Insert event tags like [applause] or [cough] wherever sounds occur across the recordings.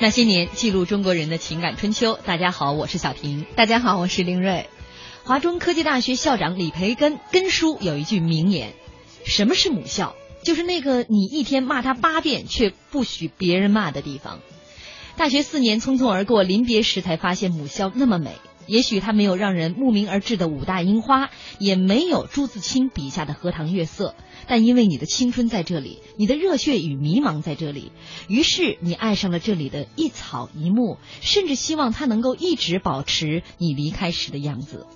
那些年，记录中国人的情感春秋。大家好，我是小婷。大家好，我是林睿。华中科技大学校长李培根根叔有一句名言：“什么是母校？就是那个你一天骂他八遍，却不许别人骂的地方。”大学四年匆匆而过，临别时才发现母校那么美。也许它没有让人慕名而至的五大樱花，也没有朱自清笔下的荷塘月色，但因为你的青春在这里，你的热血与迷茫在这里，于是你爱上了这里的一草一木，甚至希望它能够一直保持你离开时的样子。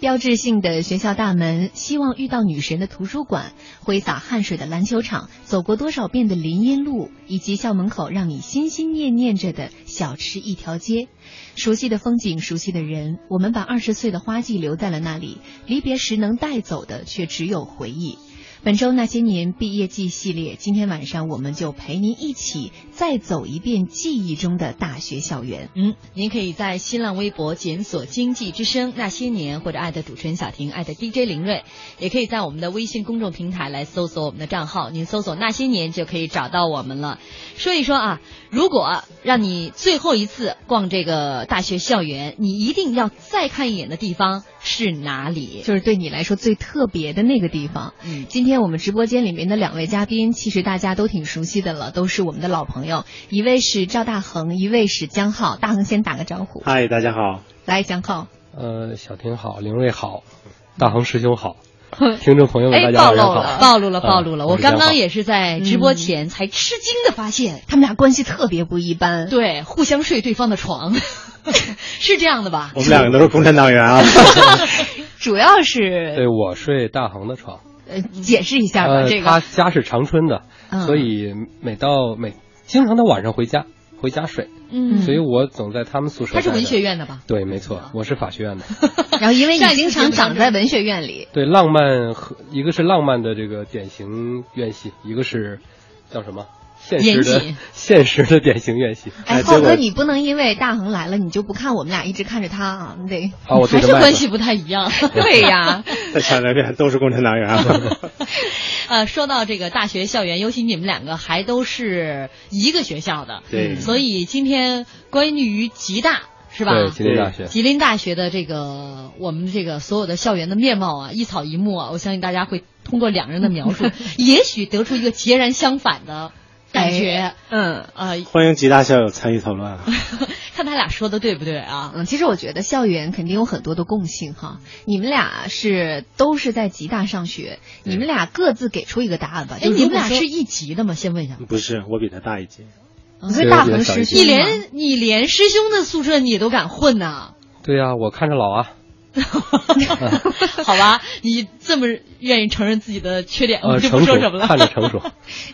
标志性的学校大门，希望遇到女神的图书馆，挥洒汗水的篮球场，走过多少遍的林荫路，以及校门口让你心心念念着的小吃一条街。熟悉的风景，熟悉的人，我们把二十岁的花季留在了那里。离别时能带走的，却只有回忆。本周那些年毕业季系列，今天晚上我们就陪您一起再走一遍记忆中的大学校园。嗯，您可以在新浪微博检索“经济之声那些年”或者艾特主持人小婷，艾特 DJ 林睿，也可以在我们的微信公众平台来搜索我们的账号，您搜索“那些年”就可以找到我们了。说一说啊，如果让你最后一次逛这个大学校园，你一定要再看一眼的地方是哪里？就是对你来说最特别的那个地方。嗯，今天我们直播间里面的两位嘉宾，其实大家都挺熟悉的了，都是我们的老朋友。一位是赵大恒，一位是江浩。大恒先打个招呼，嗨，大家好。来，江浩，呃，小婷好，林睿好，大恒师兄 [laughs] 好，听众朋友们哎大，家暴晚上露好了，。暴露了，嗯暴露了！我我是江刚刚浩也是在直播前才吃惊的发现，他们俩关系特别不一嗯般。对，互相睡对方的床， [laughs] 是这样的吧我？们两个都是共产党员啊。主要对是我睡大恒的床，呃，解释一下吧，呃，这他个家是长春的，嗯所以每到每经常他晚上回家回家睡，嗯，所以我总在他们宿舍。他是文学。院的吧？对，没错，我是法学院的。然后因为你上一次经常节目当长中在文学院里，对，浪漫和一个是浪漫的这个典型院系，一个是叫什么现实的严谨 [laughs] 现实的典型院系。哎，哎浩结哥，果你不能因为大恒来了，你就不看我们俩一直看着他啊，你得。啊，我对还着是麦关克系不太一 [laughs] 样。对呀， [laughs] 在场的这都是共产党员啊。 [laughs] 呃，说到这个大学校园，尤其你们两个还都是一个学校的，对所以今天关于吉大是吧？对吉林大学。吉林大学的这个我们这个所有的校园的面貌啊，一草一木啊，我相信大家会通过两人的描述，也许得出一个截然相反的感觉。嗯呃， [laughs] 欢迎吉大校友参与讨论啊。看他俩说的对不对啊？嗯，其实我觉得校园肯定有很多的共性哈。你们俩是都是在吉大上学，你们俩各自给出一个答案吧。哎，就你如们果俩说是一级的吗？先问一下。不是，我比他大一届。所以对大我觉恒得小师一兄你吗，连你连师兄的宿舍你都敢混呐、对呀、我看着老 [laughs] 啊。好吧，你这么愿意承认自己的缺点，我呃，就不成熟说什么，了。看着成 [laughs] 熟。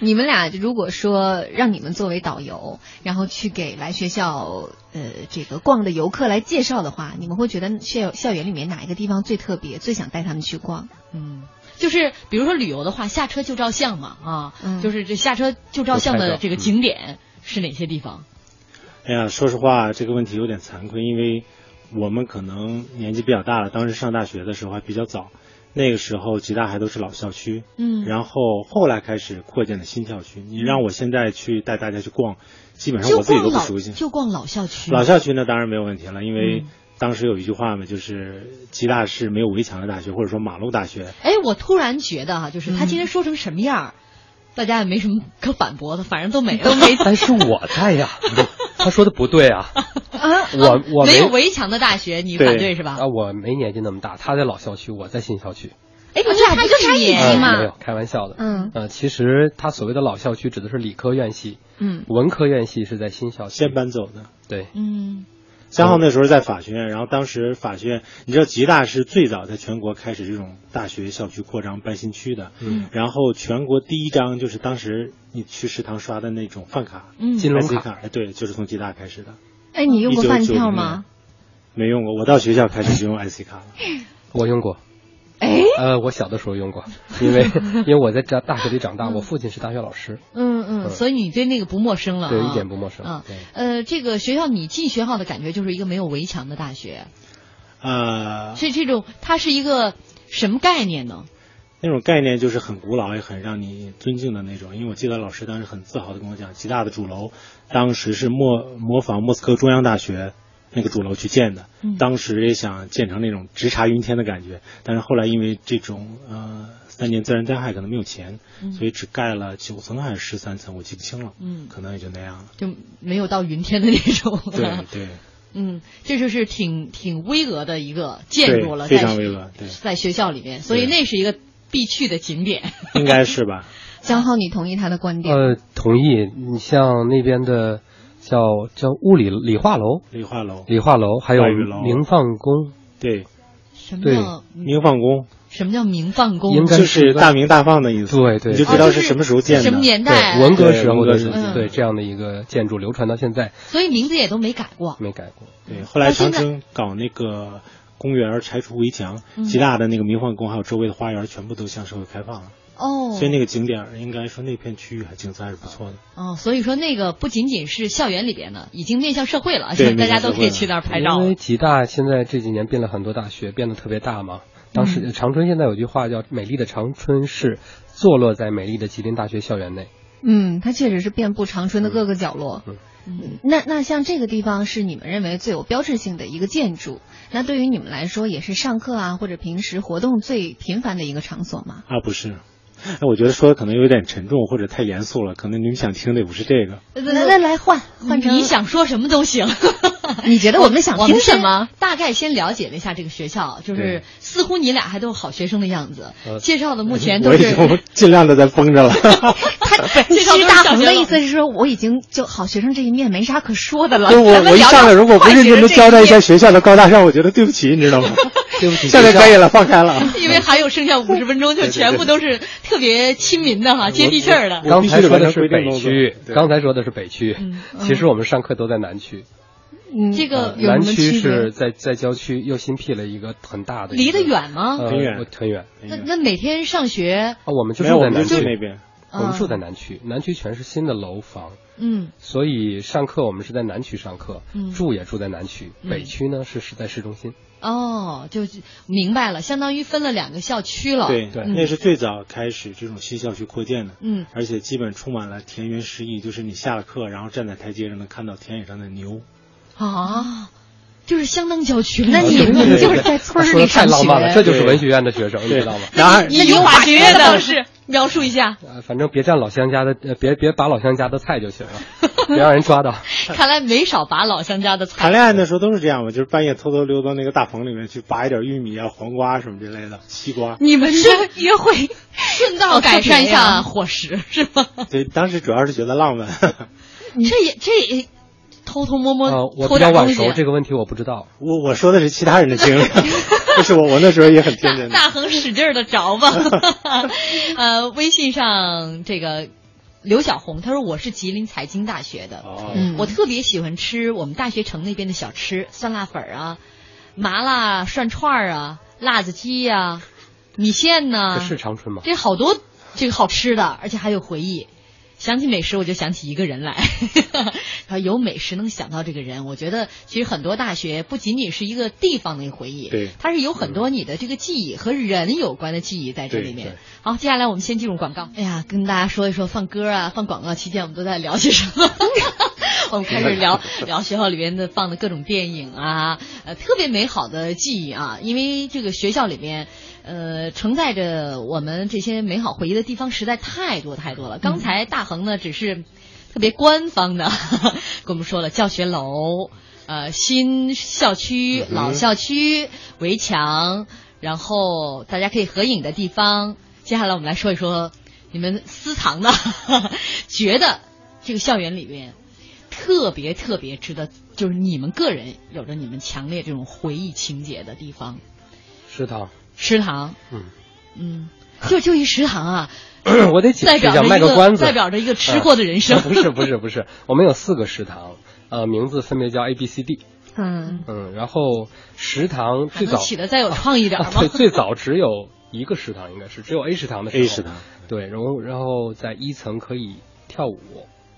你们俩如果说让你们作为导游，然后去给来学校呃这个逛的游客来介绍的话，你们会觉得校校园里面哪一个地方最特别，最想带他们去逛？嗯，就是比如说旅游的话，下车就照相嘛，啊，嗯就是这下车就照相就的拍照这个景点是哪些地方？哎呀，说实话，这个问题有点惭愧，因为我们可能年纪比较大了，当时上大学的时候还比较早，那个时候吉大还都是老校区，嗯然后后来开始扩建了新校区。你让我现在去带大家去逛，基本上就我自己逛都不老熟悉。就逛老校区，老校区呢，当然没有问题了，因为嗯当时有一句话嘛，就是吉大是没有围墙的大学，或者说马路大学。哎，我突然觉得哈、就是他嗯今天说成什么样儿，大家也没什么可反驳的，反正都没了，都 [laughs] 没但是我在呀， [laughs] 他说的不对啊，我我啊没没有围墙的大学，你对反 [laughs] 对是吧？啊，我没年纪那么大，他在老校区，我在新校区。哎，啊你们这俩还不就差是一年啊级呃，纪嘛没有，开玩笑的。嗯呃，其实他所谓的老校区指的是理科院系，嗯，文科院系是在新校区先。搬走的。对，嗯，三号那时候在法学院，然后当时法学院，你知道吉大是最早在全国开始这种大学校区扩张搬新区的，嗯，然后全国第一张就是当时你去食堂刷的那种饭卡，嗯金融 IC 卡，卡，哎对，就是从吉大开始的，哎，你用过饭票1990吗年？没用过，我到学校开始就用 [laughs] IC 卡了，我用过。哎，呃，我小的时候用过，[laughs] 因为因为我在大大学里嗯长大，我父亲是大学老师，嗯嗯，所以你对那个不陌生了、啊，对，一点不陌生。啊对，呃，这个学校你进学校的感觉就是一个没有围墙的大学，呃，啊所以这种它是一个什么概念呢？那种概念就是很古老也很让你尊敬的那种。因为我记得老师当时很自豪的跟我讲，吉大的主楼当时是模模仿莫斯科中央大学那个主楼去建的，嗯当时也想建成那种直插云天的感觉，但是后来因为这种呃三年自然灾害可能没有钱，所以只盖了九层还是十三层，我记不清了，嗯可能也就 [laughs] 那样了。就没有到云天的那种。对对 [laughs] 嗯，这就是挺挺巍峨的一个建筑了，对在非常巍峨对在学校里面，所以对那是一个必去的景点。应该是吧？江浩，你同意他的观点吗？呃，同意。你像那边的叫叫物理理化楼、梨花楼，理化楼，还有化育楼明放宫，对，什么对叫明放宫什么叫明放宫？应该就一是个大明大放的意思。对对你就哦知道就是是什么时候建的。什么年代啊？对文革对时候文革的时期对这样的一个建筑流传到现在所以名字也都没改过。没改过。对，后来到现长在征搞那个公园儿拆除围墙嗯，吉大的那个明皇宫还有周围的花园全部都向社会开放了，哦，所以那个景点儿应该说那片区域还景色还是不错的。哦，所以说那个不仅仅是校园里边的，已经面向社会了，对大家面向都社可以会去那儿拍照因了为。吉大现在这几年变了很多大学，变得特别大嘛。当嗯时长春现在有句话叫“美丽的长春市坐落在美丽的吉林大学校园内嗯，它确实是遍布长春的各个角落。嗯嗯那那像这个地方是你们认为最有标志性的一个建筑，那对于你们来说也是上课啊或者平时活动最频繁的一个场所吗？啊，不是，哎，我觉得说的可能有点沉重或者太严肃了，可能你们想听的也不是这个。来来来，换换成你，想说什么都行。 [laughs] 你觉得我们想听什么？？大概先了解了一下这个学校，就是对似乎你俩还都是好学生的样子。呃介绍的目前我都已是 [laughs] 经尽量的在绷着了。他其这实种都是大小红学的老意思是说，我已经就好学生这一面没啥可说的了。 [laughs] 就我咱们我一聊上聊来如果不坏 [laughs] 认学真的这交代一下面，学校的高大上，我觉得对不起，你知道吗？对不起，现在可以了，放开了。啊因为还有剩下五十分钟，就全部都是特别亲民的哈，接地气儿的。我刚必须才得说完的成是规定北动作区，对刚才说的是北区嗯。其实我们上课都在南区，嗯这个啊呃有什南么区区是别？在在郊区又新辟了一个很大的一离个，得远吗？呃，很远我很远那那每天上学，啊。我们就没有，住我在们南就住那区，边。我们啊住在南区，南区全是新的楼房，嗯，所以上课我们是在南区上课嗯，住也住在南区，嗯北区呢是是在市中心。哦，就明白了，相当于分了两个校区了。对，对那是最早开始这种新校区扩建的。嗯，而且基本充满了田园诗意，就是你下了课，然后站在台阶上能看到田野上的牛。啊，就是相当郊区了。那你啊对对们对啊就是在村儿说里的太上浪漫了，这学，就是对文学院的学生，你对知道吗？然后那你有法学院的倒是描述一下，呃，反正别占老乡家的，呃，别别把老乡家的菜就 [laughs] 行了，别让人抓到。 [laughs] 看来没少拔老乡家的 [laughs] 谈菜。恋爱的时候都是这样嘛，就是半夜偷偷溜到那个大棚里面去拔一点玉米啊、黄瓜什么之类的，西瓜。你们是约会，顺道改善好特一别下呀伙食是吗？对，当时主要是觉得浪漫。 [laughs] 这也这也偷偷摸摸呃，我偷比较点东晚西。啊熟，这个问题我不知道。我我说的是其他人的经历，就是我我那时候也很天大真的。 [laughs] 大恒使劲的找吧，呃，微信上这个刘小红，她说我是吉林财经大学的，哦，嗯，我特别喜欢吃我们大学城那边的小吃，酸辣粉儿啊，麻辣涮串儿啊，辣子鸡呀、米线呐、这是长春吗？这好多这个好吃的，而且还有回忆。想起美食，我就想起一个人来。 [laughs] 然后有美食能想到这个人，我觉得其实很多大学不仅仅是一个地方的回忆，对它是有很多你的这个记忆和人有关的记忆在这里面对。好，接下来我们先进入广告。哎呀，跟大家说一说放歌啊，放广告期间我们都在聊些什 [laughs] 么？我们开始聊聊学校里面的放的各种电影啊，呃，特别美好的记忆啊，因为这个学校里面。呃，承载着我们这些美好回忆的地方实在太多太多了。刚才大恒呢，只是特别官方的 [laughs] 跟我们说了教学楼、呃新校区、嗯老校区、围墙，然后大家可以合影的地方。接下来我们来说一说你们私藏的， [laughs] 觉得这个校园里面特别特别值得，就是你们个人有着你们强烈这种回忆情节的地方。食堂。食堂，嗯嗯，就就一食堂啊， [clears throat] 我得解代释表着一下，一卖个关子。代表着一个吃货的人生。啊 [laughs] 不是不是不是，我们有四个食堂，呃，名字分别叫 A、B、C、D。嗯嗯，然后食堂还最能早起得再有创意点啊吗？ [laughs] 对，最早只有一个食堂，应该是只有 A 食堂的时候。 A 食堂对，然后然后在一层可以跳舞。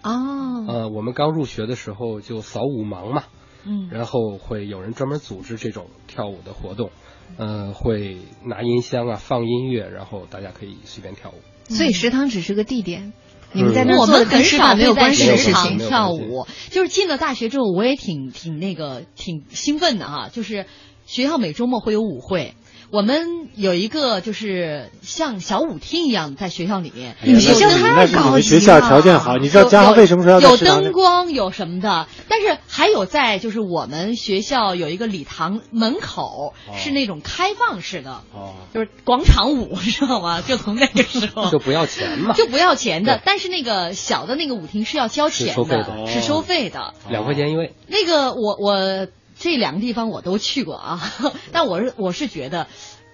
哦，呃，我们刚入学的时候就扫舞盲嘛，嗯然后会有人专门组织这种跳舞的活动。呃，会拿音箱啊，放音乐，然后大家可以随便跳舞。嗯所以食堂只是个地点，你们在那我儿做的们跟很食少堂没有会在关系的食事堂情没。有跳关系舞，就是进了大学之后，我也挺挺那个挺兴奋的哈、就是学校每周末会有舞会。我们有一个就是像小舞厅一样，在学校里面，哎呀学校那是你太那是你高们级学校了条件好，你知道有嘉豪为什么说要在有食堂灯光有什么的，但是还有在就是我们学校有一个礼堂门口、哦是那种开放式的，哦，就是广场舞，知道吗？ [laughs] 就从那个时候 [laughs] 就不要钱嘛，就不要钱的对。但是那个小的那个舞厅是要交钱是收费的哦的是收费的。两块钱一位。那个我我这两个地方我都去过啊， [laughs] 但我是我是觉得，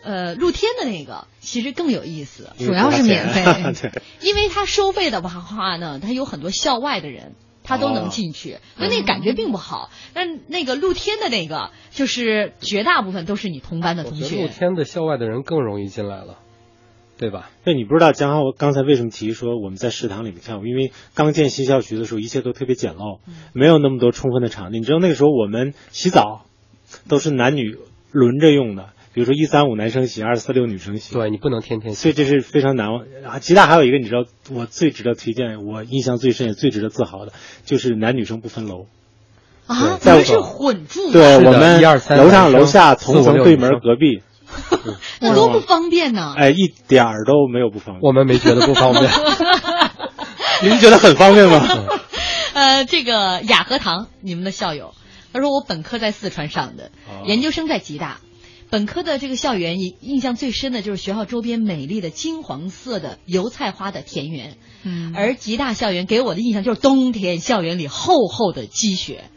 呃，露天的那个其实更有意思，因主为要不花是免费钱 [laughs] [laughs] 对， [laughs] 因为他收费的话呢，他有很多校外的人。他都能进哦去，所以那个感觉并不好。但那个露天的那个，就是绝大部分都是你同班的我同觉得露学。天的校外的人更容易进来了，对吧？那你不知道江浩刚才为什么提说我们在食堂里面跳舞？因为刚建新校区的时候，一切都特别简陋，没有那么多充分的场地。你知道那个时候我们洗澡都是男女轮着用的，比如说一三五男生洗，二四六女生洗。对你不能天天所以这是非常难忘。啊，吉大还有一个你知道，我最值得推荐，我印象最深也最值得自豪的，就是男女生不分楼。啊，对你们在是我混住的，对是的我们123男楼上生楼下同456层对女门生隔壁，那多不方便呢。哎，一点儿都没有不方便。我们没觉得不方便。 [laughs] 你们觉得很方便吗？呃，这个雅和堂，你们的校友，他说我本科在四川上的哦，研究生在吉大。本科的这个校园，印印象最深的就是学校周边美丽的金黄色的油菜花的田园，嗯而吉大校园给我的印象就是冬天校园里厚厚的积雪。 [laughs]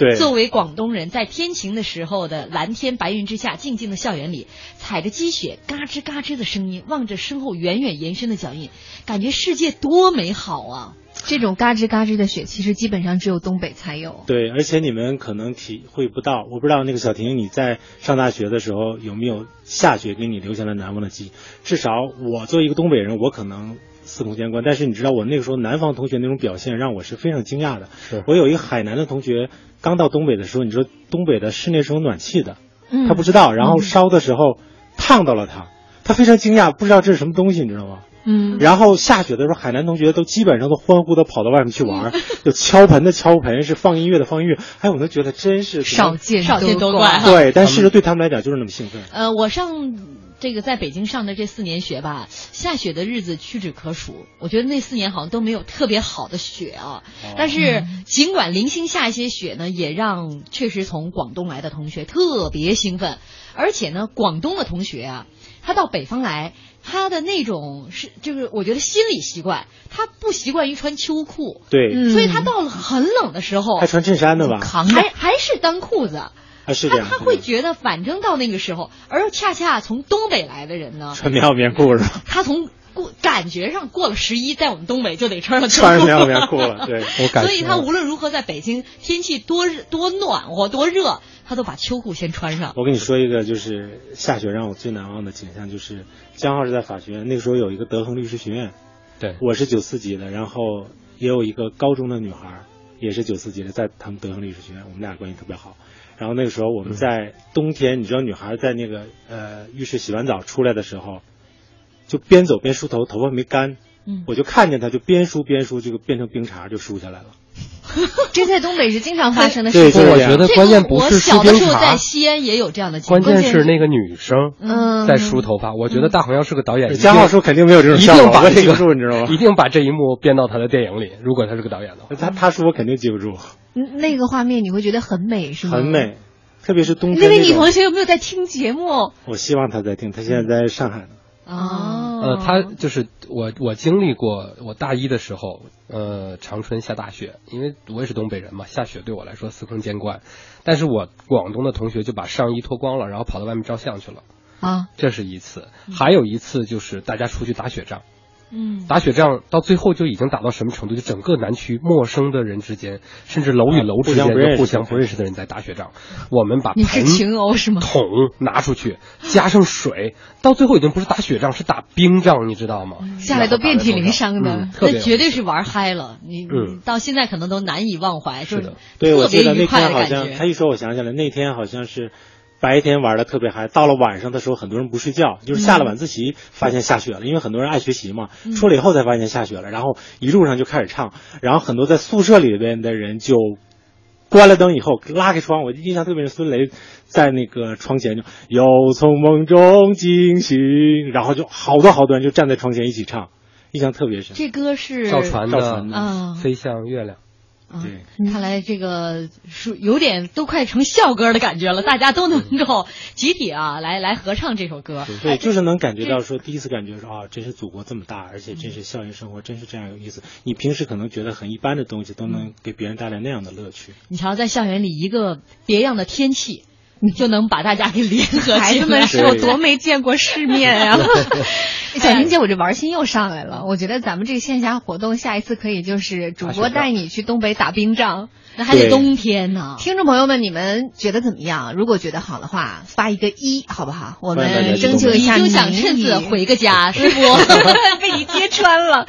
对，作为广东人，在天晴的时候的蓝天白云之下，静静的校园里，踩着积雪，嘎吱嘎吱的声音，望着身后远远延伸的脚印，感觉世界多美好啊！这种嘎吱嘎吱的雪，其实基本上只有东北才有。对，而且你们可能体会不到，我不知道那个小婷你在上大学的时候有没有下雪给你留下了难忘的记忆。至少我作为一个东北人，我可能司空见惯，但是你知道我那个时候南方同学那种表现让我 [laughs] 是非常惊讶的。是我有一个海南的同学，刚到东北的时候，你说东北的室内是有暖气的，嗯他不知道，然后烧的时候烫到了他，他非常惊讶，不知道这是什么东西，你知道吗？嗯，然后下雪的时候，海南同学都基本上都欢呼的跑到外面去玩儿，有敲盆的敲盆，是放音乐的放音乐。哎，我都觉得真是怎少么见少见多多 [laughs] 怪哈对，但事实对他们来讲就是那么兴奋。呃，我上这个在北京上的这四年学吧，下雪的日子屈指可数。我觉得那四年好像都没有特别好的雪啊。哦但是尽管零星下一些雪呢，也让确实从广东来的同学特别兴奋。而且呢，广东的同学啊，他到北方来，他的那种是就是我觉得心理习惯，他不习惯于穿秋裤，对，嗯所以他到了很冷的时候，还穿衬衫的吧？扛着还还是单裤子。啊，是这他样。嗯他是会嗯这觉样得，反正到那个时候，而恰恰从东北来的人呢，穿棉袄棉裤 [laughs] 是吧？他从过感觉上过了十一，在我们东北就得穿 [laughs] 上秋穿上裤棉袄棉裤了，对。 [laughs] 我感觉，所以他无论如何在北京天气多热多暖和多热，他都把秋裤先穿上。我跟你说一个，就是下雪让我最难忘的景象，就是江浩是在法学院，那个时候有一个德恒律师学院，对我是九四级的，然后也有一个高中的女孩儿，也是九四级的，在他们德恒历史学院，我们俩关系特别好。然后那个时候我们在冬天，你知道女孩在那个呃浴室洗完澡出来的时候，就边走边梳头，头发没干，嗯我就看见她就边梳边梳，就变成冰碴儿就梳下来了。这在东北是经常发生的对事不情。过我这样觉得关键不我是小梳的冰时候在碴，西安也有这样的经关历。键是那个女生嗯，在梳头发。我觉得嗯大黄要是个导演，一定江浩叔肯定哎没有这种一效定果，把我也这记不个住，你知道吗一？定把这一幕编到他的电影里。如果他是个导演的嗯话，他他说我肯定记不住，嗯那个画面你会觉得很美，是吗？很。美，特别是冬嗯那天位女种同。哎学有没有在听节目？我希望他在听，他现在在上海呢。哦，呃，他就是我，我经历过，我大一的时候，呃，长春下大雪，因为我也是东北人嘛，下雪对我来说司空见惯，但是我广东的同学就把上衣脱光了，然后跑到外面照相去了，啊，这是一次，还有一次就是大家出去打雪仗。嗯，打雪仗到最后就已经打到什么程度？就整个南区陌生的人之间，甚至楼与楼之间互相不认识就互相不认识的人在打雪仗。我们把你是盆群殴是吗？桶拿出去，加上水，到最后已经不是打雪仗，是打冰仗，你知道吗？下来都遍体鳞伤的嗯特别那绝对是玩嗨了，你嗯你到现在可能都难以忘怀，就是的特对，别我记得那愉快天的好感像他觉。一说，我想起来，那天好像是白天玩的特别嗨，到了晚上的时候，很多人不睡觉，就嗯是下了晚自习发现下雪了，因为很多人爱学习嘛，出来以后才发现下雪了，然后一路上就开始唱，然后很多在宿舍里边的人就关了灯以后拉开窗，我印象特别是孙雷在那个窗前就又从梦中惊醒，然后就好多好多人就站在窗前一起唱，印象特别深。这歌是赵传赵传的的啊《飞向月亮》。啊对，看来这个是有点都快成校歌的感觉了，大家都能够集体啊来来合哎唱这首歌。对，就是能感觉到说，第一次感觉说啊，真是祖国这么大，而且嗯真是校园生活真是这样有意思。你平时可能觉得很一般的东西，都嗯能给别人带来那样的乐趣。你瞧，在校园里一个别样的天气，就能把大家给联合起来。孩子们是有对多没见过世面啊呀、[laughs] 小婷姐，我这玩心又上来了。我觉得咱们这个线下活动，下一次可以就是主播带你去东北打冰仗。那还得对冬天啊呢。听众朋友们，你们觉得怎么样？如果觉得好的话，发一个一，好不好？我欢迎大家们去东征北求一你下就名誉，想趁此回个家，是不？ [laughs] 被你揭穿了。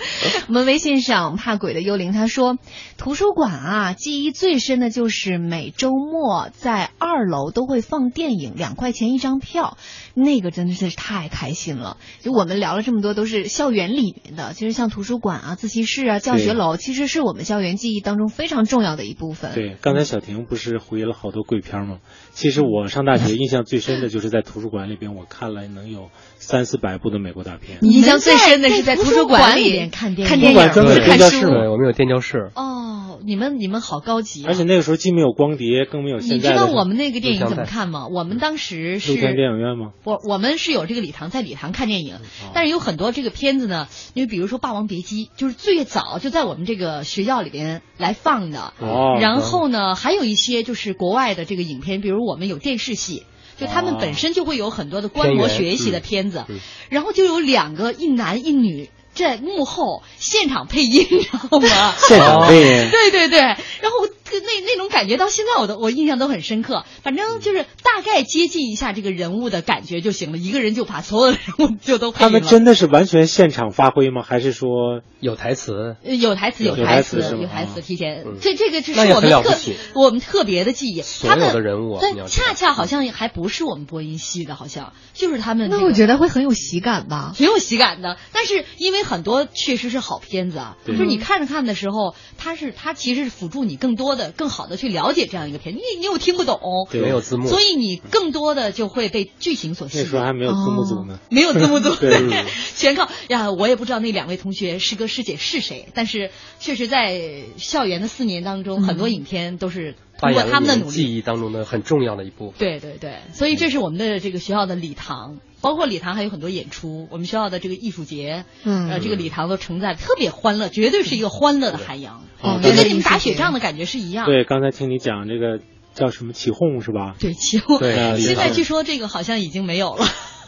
我们微信上怕鬼的幽灵他说，图书馆啊，记忆最深的就是每周末在二楼都会放电影，两块钱一张票，那个真的是太开心了。就我们聊了这么多，都是校园里面的，其实像图书馆啊、自习室啊、教学楼，其实是我们校园记忆当中非常重要的一部嗯分。对，刚才小婷不是回忆了好多鬼片吗？其实我上大学印象最深的就是在图书馆里边，我看了能有三四百部的美国大嗯片。你印象最深的是在图图书书馆馆里里边看电影，看电图书影馆专门不有是看电教室书。吗？对，我们有电教室，哦，你们你们好高级、啊，而且那个时候既没有光碟，更没有你现在知的道什我么们那个电影录像怎么带看吗？我们当时露天是。电影院吗？嗯我我们是有这个礼堂，在礼堂看电影，但是有很多这个片子呢，因为比如说《霸王别姬》，就是最早就在我们这个学校里边来放的，哦，然后呢，还有一些就是国外的这个影片，比如我们有电视系，就他们哦本身就会有很多的观摩片源学习的嗯片子嗯，然后就有两个一男一女在幕后现场配音，你知道吗？现 [laughs] 场电影。对对对，然后我这那那种感觉到现在我都我印象都很深刻，反正就是大概接近一下这个人物的感觉就行了，一个人就把所有的人物就都配他音了。们真的是完全现场发挥吗？还是说有台词。呃有台词，有台台词，词是吗有台词提前嗯，这这个这是那也我很们了不特起我们特别的记忆。所他们有的人物啊你但要知道恰恰好像还不是我们播音系的，好像就是他们这个。那我觉得会很有喜感吧。挺有喜感的，但是因为很多确实是好片子啊，就对是你看着看的时候，它是它其实是辅助你更多的、更好的去了解这样一个片，因为你又听不懂，对没有字幕，所以你更多的就会被剧情所吸那引时。候还没有字幕组呢？没有字幕组， [laughs] 对对全靠呀！我也不知道那两位同学师哥师姐是谁，但是确实在校园的四年当嗯中，很多影片都是扮通过演了他们的你努力记忆当中的很重要的一部分。对对对，所以这是我们的这个学校的礼堂，包括礼堂还有很多演出，我们学校的这个艺术节，嗯呃，这个礼堂都承载特别欢乐，绝对是一个欢乐的海洋，哦就对跟你们打艺术节雪仗的感觉是一样。对，刚才听你讲这个叫什么起哄是吧？对，其后对啊现在礼堂据说这个好像已经没有了， [laughs]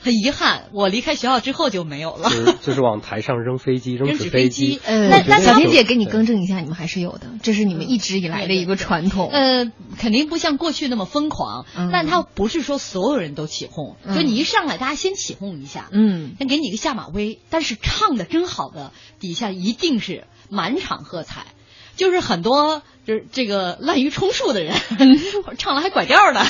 很遗憾，我离开学校之后就没有了。就是就是往台上扔飞机、扔扔纸纸飞机机。呃，那那小他天姐给你对更正一下，你们还是有的，这是你们一直以来的一个传统。 [laughs] 呃，肯定不像过去那么疯狂，嗯但他不是说所有人都起哄，嗯就你一上来大家先起哄一下，嗯，先给你一个下马威，但是唱的真好的底下一定是满场喝彩，就是很多就是这个滥竽充数的人， [laughs] 唱了还拐调呢，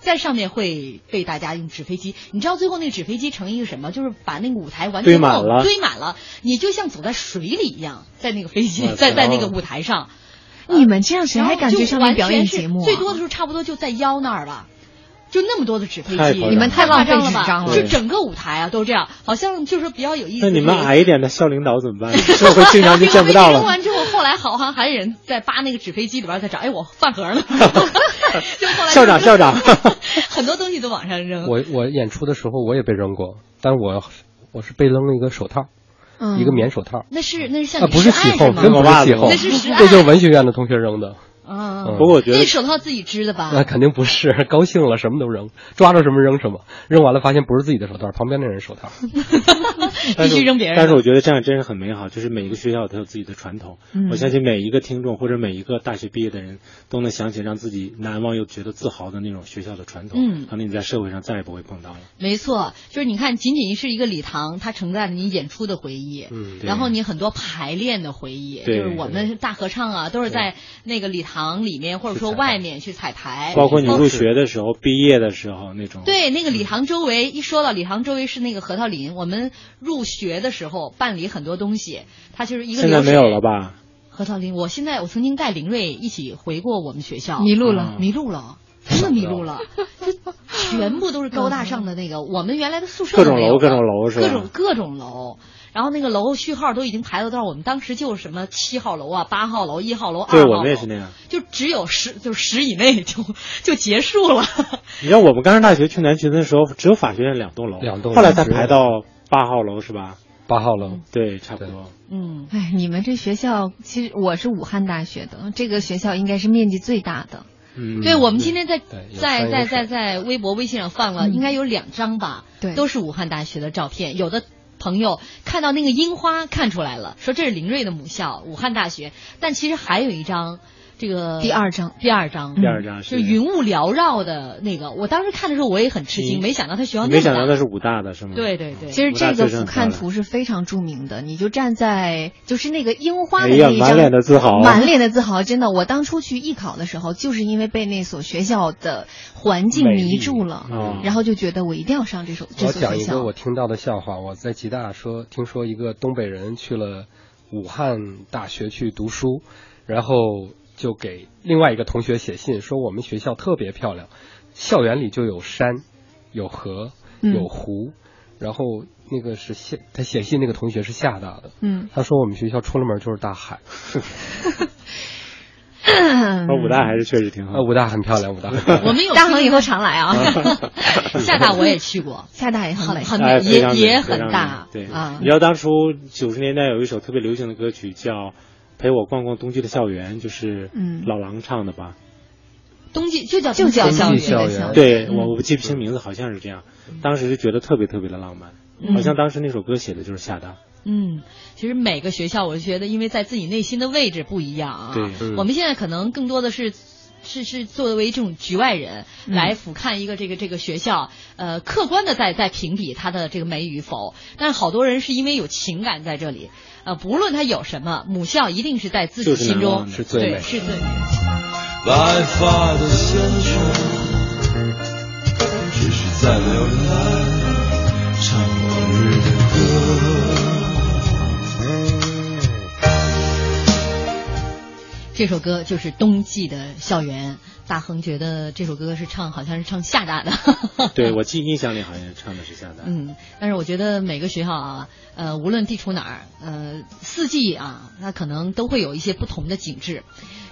在上面会被大家用纸飞机，你知道最后那个纸飞机成一个什么？就是把那个舞台完全哦堆满了堆满了，你就像走在水里一样，在那个飞机哇在在那个哦舞台上，你们这样谁还敢去上面完表全演是节目、啊？最多的时候差不多就在腰那儿吧。就那么多的纸飞太机，夸张了你们太夸浪费张了纸吧？张了就对整个舞台啊都这样，好像就是比较有意思。那你们就是矮一点的校领导怎么 [laughs] 办？这回经常就见不到扔了。完之后，后来好像还有人在扒那个纸飞机里边在找，哎，我饭盒 [laughs] 呢？就后来校长，校长， [laughs] 很多东西都往上扔。我我演出的时候我也被扔过，但我我是被扔了一个手套，嗯一个棉手套，那是那是像啊，不是起爱哄，吗真？不是起那哄，是实爱这就是文学院的同学扔的，嗯嗯，不过我觉那得啊个手套自己织的吧？那肯定不是，高兴了什么都扔，抓着什么扔什么，扔完了发现不是自己的手套，旁边那人手套， [laughs] 必但须是扔别人的。但是我觉得这样真是很美好，就是每一个学校都有自己的传统。嗯我相信每一个听众或者每一个大学毕业的人都能想起让自己难忘又觉得自豪的那种学校的传统。嗯可能你在社会上再也不会碰到了。没错，就是你看，仅仅是一个礼堂，它承载了你演出的回忆，嗯对然后你很多排练的回忆，就对是我们大合唱啊，都是在那个礼堂里面或者说去彩排外面去彩排，包括你包入学的时候、毕业的时候那种。哎对，那个礼堂周围，一说到礼堂周围是那个核桃林。我们入学的时候办理很多东西，它就是一个现在流水没有了吧？核桃林，我现在我曾经带林瑞一起回过我们学校，迷路了了，嗯迷路了，真的迷路了，就全部都是高大上的那个，我们原来的宿舍各都种没有了楼，各种楼是吧？各种各种楼。然后那个楼序号都已经排到到我们当时就什么七号楼啊、八号楼、一号楼、二号对，楼，我们也是那样。就只有十，就十以内就就结束了。 [laughs] 你知道我们刚上大学去南群的时候，只有法学院两栋楼，两栋楼后来才排到八号楼是吧？八号楼。对，差不多。嗯，哎，你们这学校，其实我是武汉大学的，这个学校应该是面积最大的。嗯，对，我们今天在对有在山在在有水在微博、微信上放了，嗯应该有两张吧，对都是武汉大学的照片。有的朋友看到那个樱花看出来了，说这是林瑞的母校武汉大学，但其实还有一张，这个第二张第二张，第二张就是是云雾缭绕的那个。我当时看的时候我也很吃惊，嗯没想到他学校你那没么想到那大。是武大的是吗？对对对，其实武大这个确俯实很漂亮瞰图是非常著名的，你就站在就是那个樱花哎的呀那，一张，满脸的自豪。啊满脸的自豪，真的，我当初去艺考的时候，就是因为被那所学校的环境迷住了，啊，然后就觉得我一定要上这所这我所讲学一个校我。听到的笑话，我在吉大说，听说一个东北人去了武汉大学去读书，然后就给另外一个同学写信说我们学校特别漂亮，校园里就有山、有河、嗯有湖，然后那个是吓他写信那个同学是厦大的，嗯，他说我们学校出了门就是大海，说武大还是确实挺啊，好。武大很漂亮，武大很漂嗯我亮。们有大恒以后常来 [laughs] 啊，厦大我也去过，厦大也很美很。很 [laughs] 哎，美，非常也美也非常很美大，对啊你，知道当初九十年代有一首特别流行的歌曲叫《陪我逛逛东区的校园》，就是嗯老狼唱的吧？冬季就叫就叫冬季校冬园季校园对，嗯我我记不清名字，好像是这样。当时就觉得特别特别的浪漫，嗯好像当时那首歌写的就是厦大。嗯，其实每个学校，我觉得因为在自己内心的位置不一样啊。对嗯我们现在可能更多的是。是是作为这种局外人嗯来俯瞰一个这个这个学校，呃，客观的在在评比它的这个美与否。但是好多人是因为有情感在这里，呃，不论它有什么，母校一定是在自己就是心难中忘的是最对美是最美。白发的先生，只是在浏览唱往日的歌。这首歌就是《冬季的校园》，大亨觉得这首歌是唱好像是唱厦大的。 [laughs] 对，我记印象里好像唱的是厦大。嗯，但是我觉得每个学校啊，呃，无论地处哪儿，呃，四季啊，那可能都会有一些不同的景致。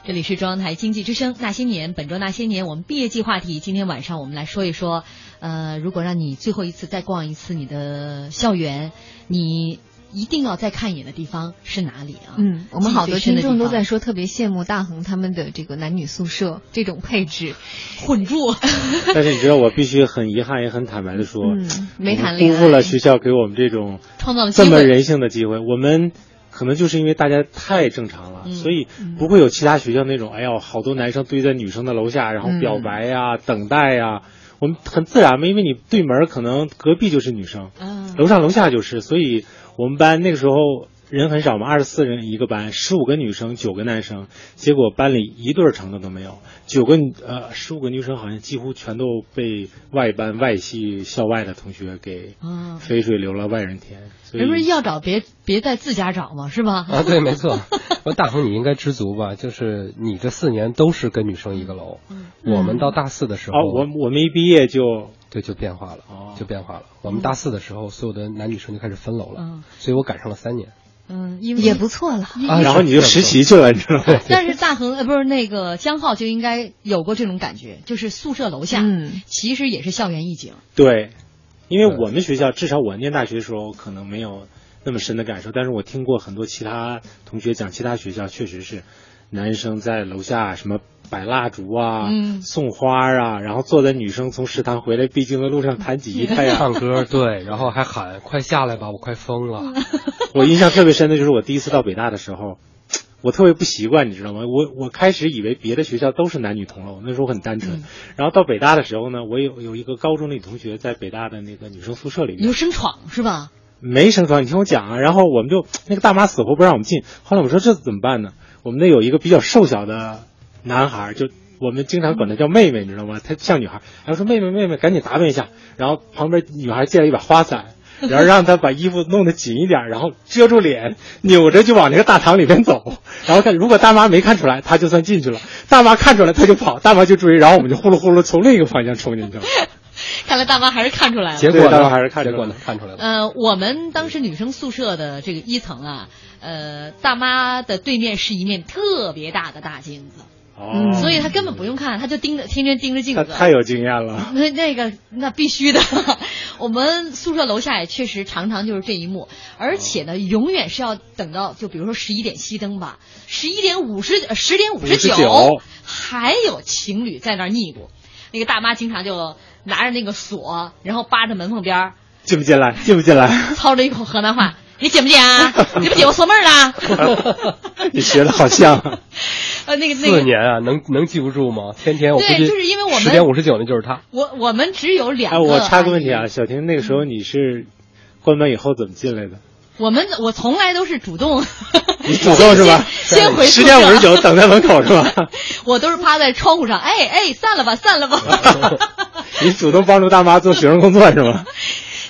这里是中央台经济之声《那些年》，本周《那些年》我们毕业季话题，今天晚上我们来说一说，呃，如果让你最后一次再逛一次你的校园，你一定要再看一眼的地方是哪里啊？嗯，我们好多听众都在记说特别羡慕大恒他们的这个男女宿舍这种配置。忆最深的地方混住。 [laughs] 但是你知道，我必须很遗憾也很坦白的说，嗯，没谈我恋们爱。辜负了学校给我们这种创造了机会这么 [laughs] 人性的机会。我们可能就是因为大家太正常了，嗯所以不会有其他学校那种，哎呦，好多男生堆在女生的楼下，然后表白呀、等待呀。我们很自然嘛，因为你对门儿可能隔壁就是女生，嗯，楼上楼下就是，所以我们班那个时候人很少嘛，二十四人一个班，十五个女生，九个男生，结果班里一对儿成的都没有，九个女呃十五个女生好像几乎全都被外班外系校外的同学给嗯哎肥水流了外人田，所人不是以要找别别在自家找嘛，是吧？ [laughs] 啊，对，没错。我说大恒，你应该知足吧？就是你这四年都是跟女生一个楼，嗯我们到大四的时候，哦，我我们一毕业就对，就变化了，哦就变化了。我们大四的时候，所有的男女生就开始分楼了，嗯所以我赶上了三年。嗯，因为也不错了。啊然后你就实习去了，你知道吗？但是大恒呃不是那个江浩就应该有过这种感觉，就是宿舍楼下，嗯其实也是校园一景。对，因为对我们学校至少我念大学的时候可能没有那么深的感受，但是我听过很多其他同学讲，其他学校确实是男生在楼下什么摆蜡烛啊、嗯送花啊，然后坐在女生从食堂回来必经的路上弹吉他 [laughs] 呀。唱歌，对，然后还喊快下来吧，我快疯了。嗯我印象特别深的就是我第一次到北大的时候。我特别不习惯，你知道吗？我我开始以为别的学校都是男女同楼，那时候很单纯。然后到北大的时候呢，我有有一个高中的女同学在北大的那个女生宿舍里面你，就生闯是吧？没生疮，你听我讲啊。然后我们就那个大妈死活不让我们进，后来我们说这怎么办呢？我们那有一个比较瘦小的男孩儿就我们经常管他叫妹妹，你知道吗？他像女孩儿，然后说妹妹妹妹，赶紧打扮一下。然后旁边女孩借了一把花伞，然后让他把衣服弄得紧一点，然后遮住脸，扭着就往那个大堂里边走。然后看如果大妈没看出来，他就算进去了；大妈看出来，他就跑，大妈就追，然后我们就呼噜呼噜从另一个方向冲进去了。看来大妈还是看出 [laughs] 来了。结果呢对但还是看出结来果呢看出来了，呃，我们当时女生宿舍的这个一层啊，呃，大妈的对面是一面特别大的大镜子，哦，所以她根本不用看，她就盯着，天天盯着镜他子。太有经验了。那那个那必须的， [laughs] 我们宿舍楼下也确实常常就是这一幕，而且呢，永远是要等到就比如说十一点熄灯吧，十一点五十呃十点五十九59还有情侣在那儿腻咕，那个大妈经常就拿着那个锁，然后扒着门缝边儿，进不进来？进不进来？操着一口河南话：“你解不解啊？解不解？我锁门儿了。 [laughs] 你学的好像啊。”呃，那个那四个，年啊，能能记不住吗？天天我估对计就是因为我们十点五十九那就是他，我我们只有两哎，个。我插个问题啊，，小婷，那个时候你是关门以后怎么进来的？我们我从来都是主动， [laughs] [laughs] 你主动是吧？先先回宿十舍点五十九等在门口是 [laughs] 吧？我都是趴在窗户上，哎哎，散了吧，散 [laughs] 了吧。你主动帮助大妈做学生工作是 [laughs] 吗？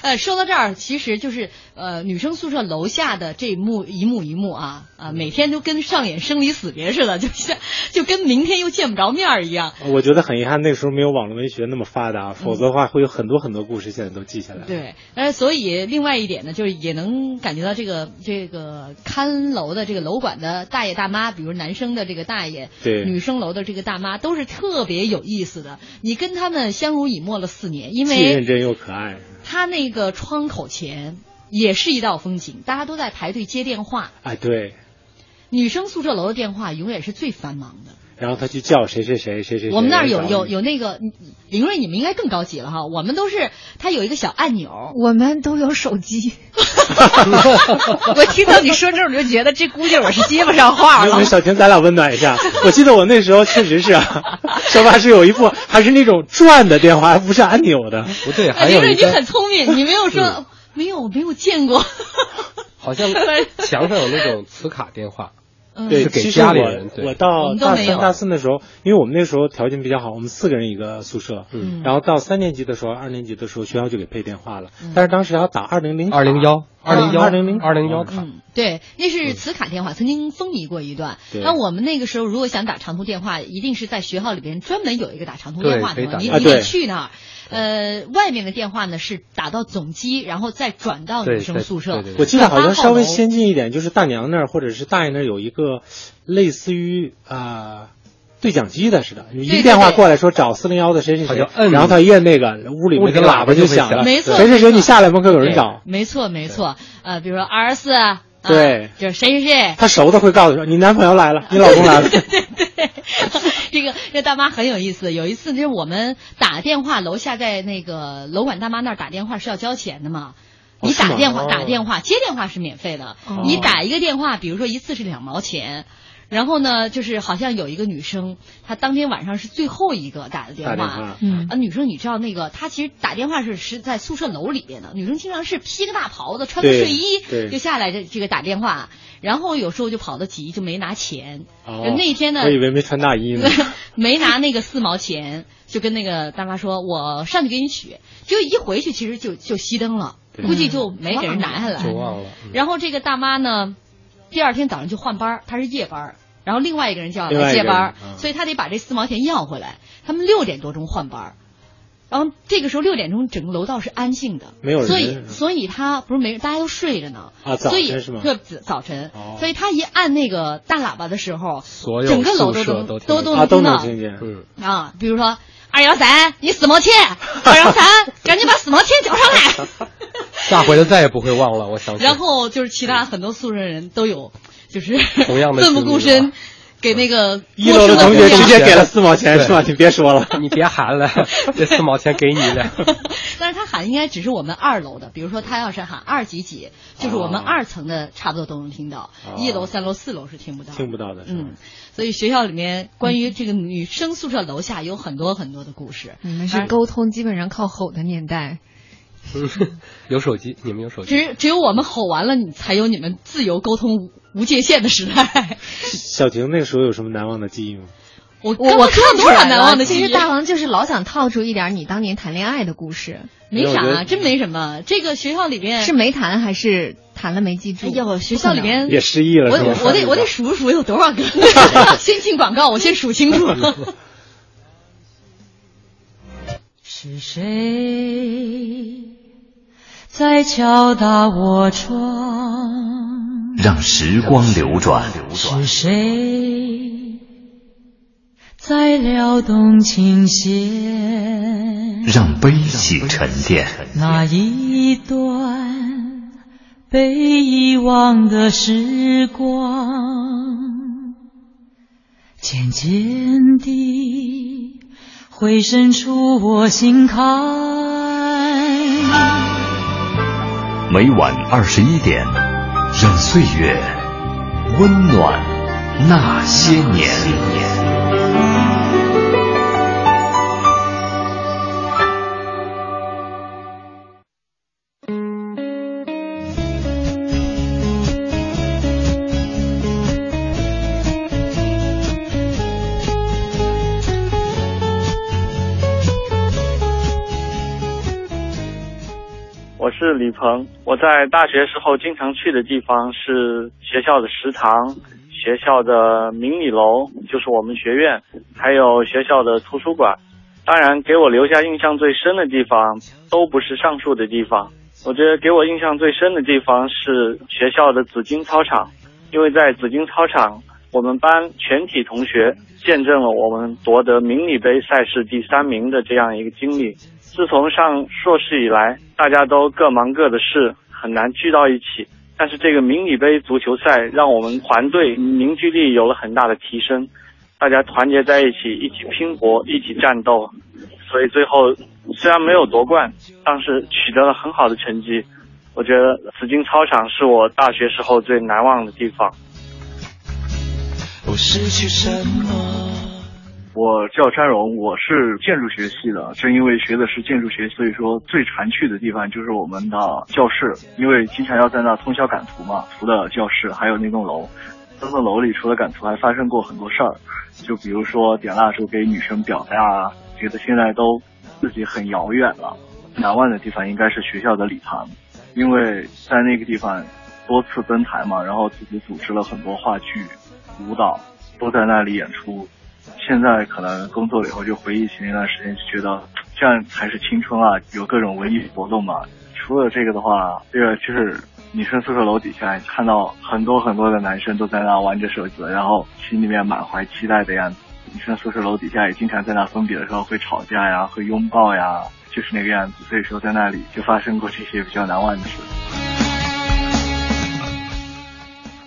呃，说到这儿，其实就是呃，女生宿舍楼下的这一幕一幕一幕啊啊，每天都跟上演生离死别似的，就像就跟明天又见不着面儿一样。我觉得很遗憾，那个时候没有网络文学那么发达，否则的话会有很多很多故事现在都记下来了。对，呃，所以另外一点呢，就是也能感觉到这个这个看楼的这个楼管的大爷大妈，比如男生的这个大爷，对女生楼的这个大妈，都是特别有意思的。你跟他们相濡以沫了四年，因既认为真又可爱。他那个窗口前也是一道风景，大家都在排队接电话。哎，对。女生宿舍楼的电话永远是最繁忙的。然后他去叫谁谁谁谁谁谁。我们那儿有然后有有那个嗯林瑞，你们应该更高级了哈。我们都是它有一个小按钮，我们都有手机， [laughs] 我听到你说这，我就觉得这估计我是接不上话没有没有哎小婷，咱俩温暖一 [laughs] 下。我记得我那时候确实是啊，收发室有一部还是那种转的电话，还不是按钮的。不对，哎还林有瑞，一你个嗯很聪 [laughs] 明，你没有说没有没有见过。 [laughs] 好像墙上有那种磁卡电话，嗯对，是给其实家里我人对我到我们都大没有三、大四的时候，因为我们那时候条件比较好，我们四个人一个宿舍。嗯然后到三年级的时候，二年级的时候，学校就给配电话了，嗯但是当时还要打二零零二零幺二零幺二零零二零幺卡，嗯，对，那是磁卡电话，曾经风靡过一嗯段。对那我们那个时候如果想打长途电话，一定是在学校里边专门有一个打长途电话对的可以打嘛，你啊你得对去那儿。呃，外面的电话呢是打到总机，然后再转到对女生对宿对舍对。对我记得好像稍微八号楼先进一点，就是大娘那儿或者是大爷那儿有一个类似于啊、呃对讲机的似的，你对一电话对过来说找四零幺的谁谁他谁就摁，然后他一摁那个屋里屋里那个的喇喇叭叭就会响响了，没错啊谁谁谁没你下来门口有人对找，没错，没错。呃，比如说二十四，啊对就是谁谁谁，他熟的会告诉说你男朋友来了，你老公 [laughs] 来了，对， [laughs] 这个这大妈很有意思。有一次就是我们打电话，楼下在那个楼管大妈那儿打电话是要交钱的嘛。哦你是吗打电话哦打电话接电话是免费的，你打一个电话，比如说一次是两毛钱。然后呢，就是好像有一个女生，她当天晚上是最后一个打的电打话，电话。嗯，啊，女生，你知道那个，她其实打电话是是在宿舍楼里边的。女生经常是披个大袍子，穿个对睡衣对就下来这这个打电话，然后有时候就跑得急，就没拿钱。哦就那天呢我，以为没穿 [laughs] 大衣呢。没拿那个四毛钱，就跟那个大妈说：“我上去给你取。”结果一回去，其实就就熄灯了，对估计就没给人拿下来。就忘了。嗯然后这个大妈呢，第二天早上就换班儿，她是夜班儿，然后另外一个人就要另来外一个接班儿，人嗯所以她得把这四毛钱要回来。他们六点多钟换班儿，然后这个时候六点钟整个楼道是安静的，没有人所以嗯所以她不是没人，大家都睡着呢，啊早所以晨是吗对早早晨，哦所以她一按那个大喇叭的时候，所有整个楼宿舍能都听都得见啊，能都听能到。听见。嗯，啊，比如说二幺三，你死毛钱，二幺三，赶紧把死毛钱交上 [laughs] 来。下回就再也不会忘了，我相信。然后就是其他很多宿舍人都有，就是同样的奋不经历顾身吧，给那个啊 [laughs] 一陌楼生的同姑学娘直接给了四毛钱对是吧？你别说了， [laughs] 嗯你别喊了，这四毛钱给你的。 [laughs] 但是他喊应该只是我们二楼的，比如说他要是喊二几几，就是我们哦二层的差不多都能听到，哦一楼、三楼、四楼是听不到。听不到的是吧嗯，所以学校里面关于这个女生宿舍楼下有很多很多的故事。你们是沟通基本上靠吼的年代，嗯有手机，你们有手机？只只有我们吼完了，你才有你们自由沟通无无界限的时代。小婷那时候有什么难忘的记忆吗？我我我我看看出多少来难忘的了其记实忆，大王就是老想套出一点你当年谈恋爱的故事，没我觉啥，得真没什么。这个学校里边是没谈还是谈了没记住？嗯哎呦，学校里边也失忆了我是吧我得我得数数有多少个，先进广告，我先数清楚。是谁在敲打我窗？让时光流转，是谁在撩动琴弦？让悲喜沉淀。那一段被遗忘的时光，渐渐地回渗出我心坎。每晚二十一点，让岁月温暖那些年。我是李鹏，我在大学时候经常去的地方是学校的食堂、学校的迷你楼，就是我们学院，还有学校的图书馆。当然，给我留下印象最深的地方都不是上述的地方。我觉得给我印象最深的地方是学校的紫金操场，因为在紫金操场，我们班全体同学见证了我们夺得迷你杯赛事第三名的这样一个经历。自从上硕士以来，大家都各忙各的事，很难聚到一起。但是这个迷你杯足球赛让我们团队凝聚力有了很大的提升，大家团结在一起，一起拼搏，一起战斗。所以最后虽然没有夺冠，但是取得了很好的成绩。我觉得紫金操场是我大学时候最难忘的地方。我失去什么？我叫詹荣，我是建筑学系的。正因为学的是建筑学，所以说最常去的地方就是我们的教室，因为经常要在那通宵赶图嘛，除了教室，还有那栋楼。那栋楼里除了赶图，还发生过很多事儿，就比如说点蜡烛给女生表白啊，觉得现在都自己很遥远了。难忘的地方应该是学校的礼堂，因为在那个地方多次登台嘛，然后自己组织了很多话剧、舞蹈，都在那里演出。现在可能工作了以后，就回忆起那段时间，就觉得这样才是青春啊！有各种文艺活动嘛。除了这个的话，这个就是女生宿舍楼底下看到很多很多的男生都在那玩着手机，然后心里面满怀期待的样子。女生宿舍楼底下也经常在那分别的时候会吵架呀，会拥抱呀，就是那个样子。所以说在那里就发生过这些比较难忘的事。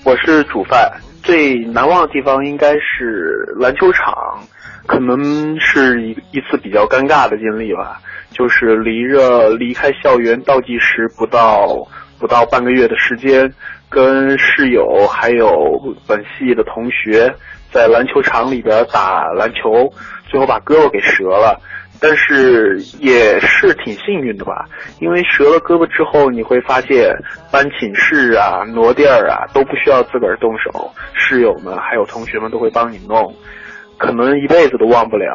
我是主办，最难忘的地方应该是篮球场，可能是一一次比较尴尬的经历吧，就是离着离开校园倒计时不到不到半个月的时间，跟室友还有本系的同学在篮球场里边打篮球，最后把胳膊给折了。但是也是挺幸运的吧，因为折了胳膊之后，你会发现搬寝室啊、挪地儿啊都不需要自个儿动手，室友们还有同学们都会帮你弄，可能一辈子都忘不了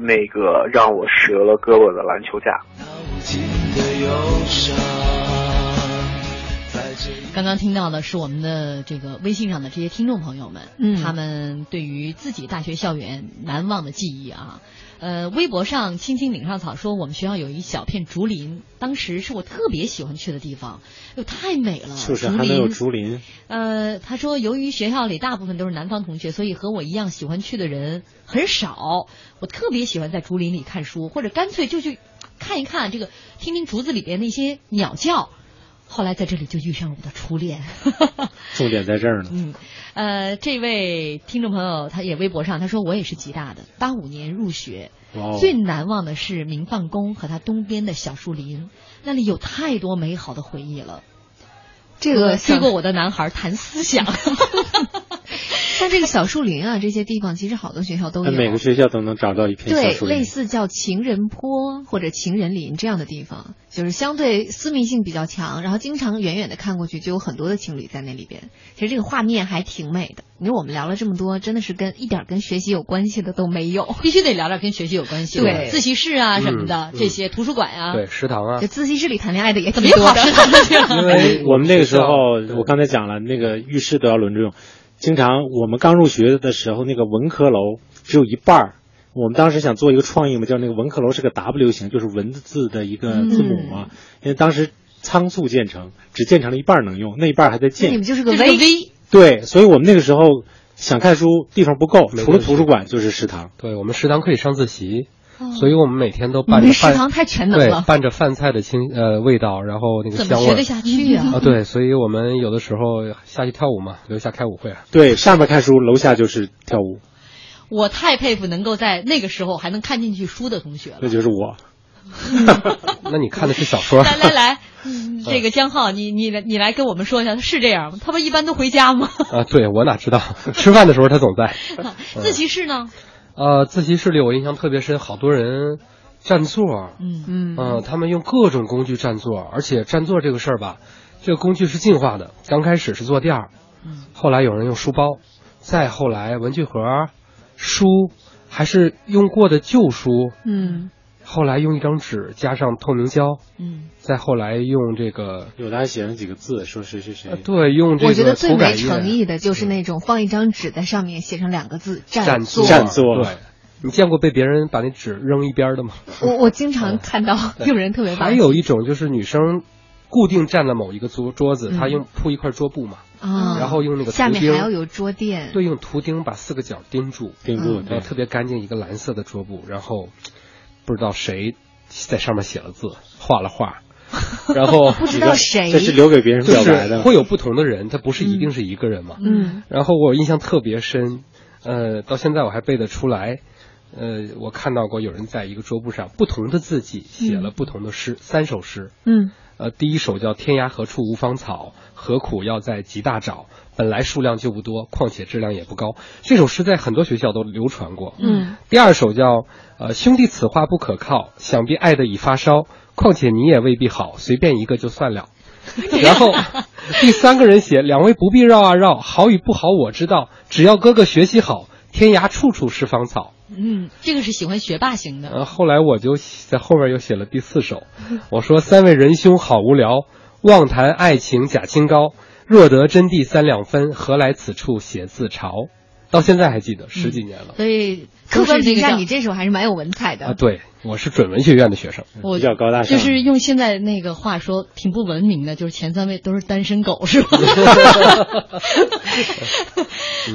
那个让我折了胳膊的篮球架。刚刚听到的是我们的这个微信上的这些听众朋友们，嗯他们对于自己大学校园难忘的记忆啊。呃，微博上青青岭上草说，我们学校有一小片竹林，当时是我特别喜欢去的地方，哟，太美了，是不是竹还能有林。竹林？呃，他说，由于学校里大部分都是南方同学，所以和我一样喜欢去的人很少。我特别喜欢在竹林里看书，或者干脆就去看一看这个，听听竹子里边的一些鸟叫。后来在这里就遇上了我的初恋。重点在这儿呢。嗯， [laughs] 呃，这位听众朋友他也微博上他说我也是吉大的，八五年入学，哇哦，最难忘的是明放宫和它东边的小树林，那里有太多美好的回忆了。这个追想 [laughs] 过我的男孩谈思想，像这个小树林啊，这些地方其实好多学校都有。哎每个学校都能找到一片小对树，林类。似叫情人坡或者情人林这样的地方，就是相对私密性比较强，然后经常远远的看过去就有很多的情侣在那里边。其实这个画面还挺美的。你说我们聊了这么多，真的是跟一点儿跟学习有关系的都没有。必须得聊聊跟学习有关系的，对自习室啊什么的，嗯嗯这些图书馆啊，对，食堂啊就，自习室里谈恋爱的也怎挺么又 [laughs] 多跑的。食堂去了？因哎为我们那个时候学校，我刚才讲了，那个浴室都要轮着用。经常我们刚入学的时候，那个文科楼只有一半儿。嗯我们当时想做一个创意嘛，叫那个文科楼是个 W 型，就是文字的一个字母嘛。因为当时仓促建成，只建成了一半儿能用，那一半儿还那在你建们。就是个 [laughs] 啊这是个 [laughs] V， V，对，所以我们那个时候想看书地方不够，没除了关系图书馆就是食堂。对我们食堂可以上自习，所以我们每天都伴你着们饭食堂太全能对了，伴着饭菜的清呃味道，然后那个怎么香味学得儿下去呀、啊，对，所以我们有的时候下去跳舞嘛，楼下开舞会啊，对，上面看书，楼下就是跳舞，我太佩服能够在那个时候还能看进去书的同学那 [laughs] 了。就是我。那你看的是小说，来 [laughs] 来来，嗯这个江浩，你你来你来跟我们说一下，是这样吗？他不一般都回家吗？ [laughs] 啊，对我哪知道？吃饭的时候他总在。嗯自习室呢？呃，自习室里我印象特别深，好多人占座，嗯，嗯，嗯、他们用各种工具占座，而且占座这个事儿吧，这个工具是进化的，刚开始是坐垫儿，嗯后来有人用书包，再后来文具盒、书，还是用过的旧书，嗯，后来用一张纸加上透明胶，嗯，再后来用这个。有的还写上几个字，说谁谁谁。呃对，用这个嗯我觉得最涂改没液诚意的就是那种放一张纸在上面写上两个字“占座”。占座对，你见过被别人把那纸扔一边儿的吗？我我经常看到有人特别嗯还有一种就是女生固定占了某一个桌嗯桌子，她用铺一块桌布嘛，啊，然后用那个下图面钉还要有桌垫，对，用图钉把四个角钉住，盯住，然后嗯对，特别干净一个蓝色的桌布，然后不知道谁在上面写了字，画 [laughs] 了画，然后不知道谁哦这是留给别人 [laughs] 就表白的是。会有不同的嗯人，他不是一定是一个人嘛。嗯，然后我印象特别深，呃，到现在我还背得出来。呃，我看到过有人在一个桌布上，不同的字迹写了不同的诗，三首诗。嗯，呃，第一首叫“天涯何处无芳草，何苦要在极大找”，本来数量就不多，况且质量也不高。这首诗在很多学校都流传过。嗯，第二首叫“呃兄弟此话不可靠，想必爱得已发烧，况且你也未必好，随便一个就算了”。然后第三个人写：“两位不必绕啊绕，好与不好我知道，只要哥哥学习好，天涯处处是芳草。”嗯，这个是喜欢学霸型的。嗯呃，后来我就在后面又写了第四首，我说三位仁兄好无聊，妄谈爱情假清高，若得真谛三两分，何来此处写字潮？到现在还记得，十几年了、所以客观那评个价，叫你这时候还是蛮有文采嗯的啊！。对，我是准文学院的学生，我比较高大上就是用现在那个话说，挺不文明的，就是前三位都是单身狗，是 [laughs] 吧？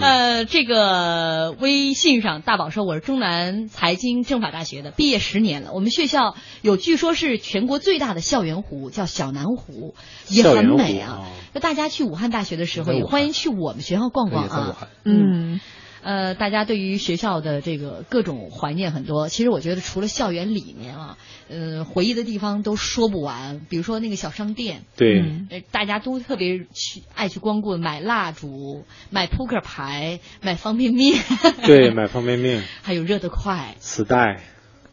呃，这嗯个微信上，大宝说我是中南财经政法大学的，毕业十年了。我们学校有据说是全国最大的校园湖，叫小南湖，也校很园湖美啊哦。那、大家去武汉大学的时候，也在也武汉欢迎去我们学校逛逛也在武啊。汉。嗯，呃，大家对于学校的这个各种怀念很多。其实我觉得，除了校园里面啊，呃，回忆的地方都说不完。比如说那个小商店，对，呃，大家都特别去爱去光顾，买蜡烛、买扑克牌、买方便面，对， [laughs] 买方便面、 [laughs] 还有热得快，磁带，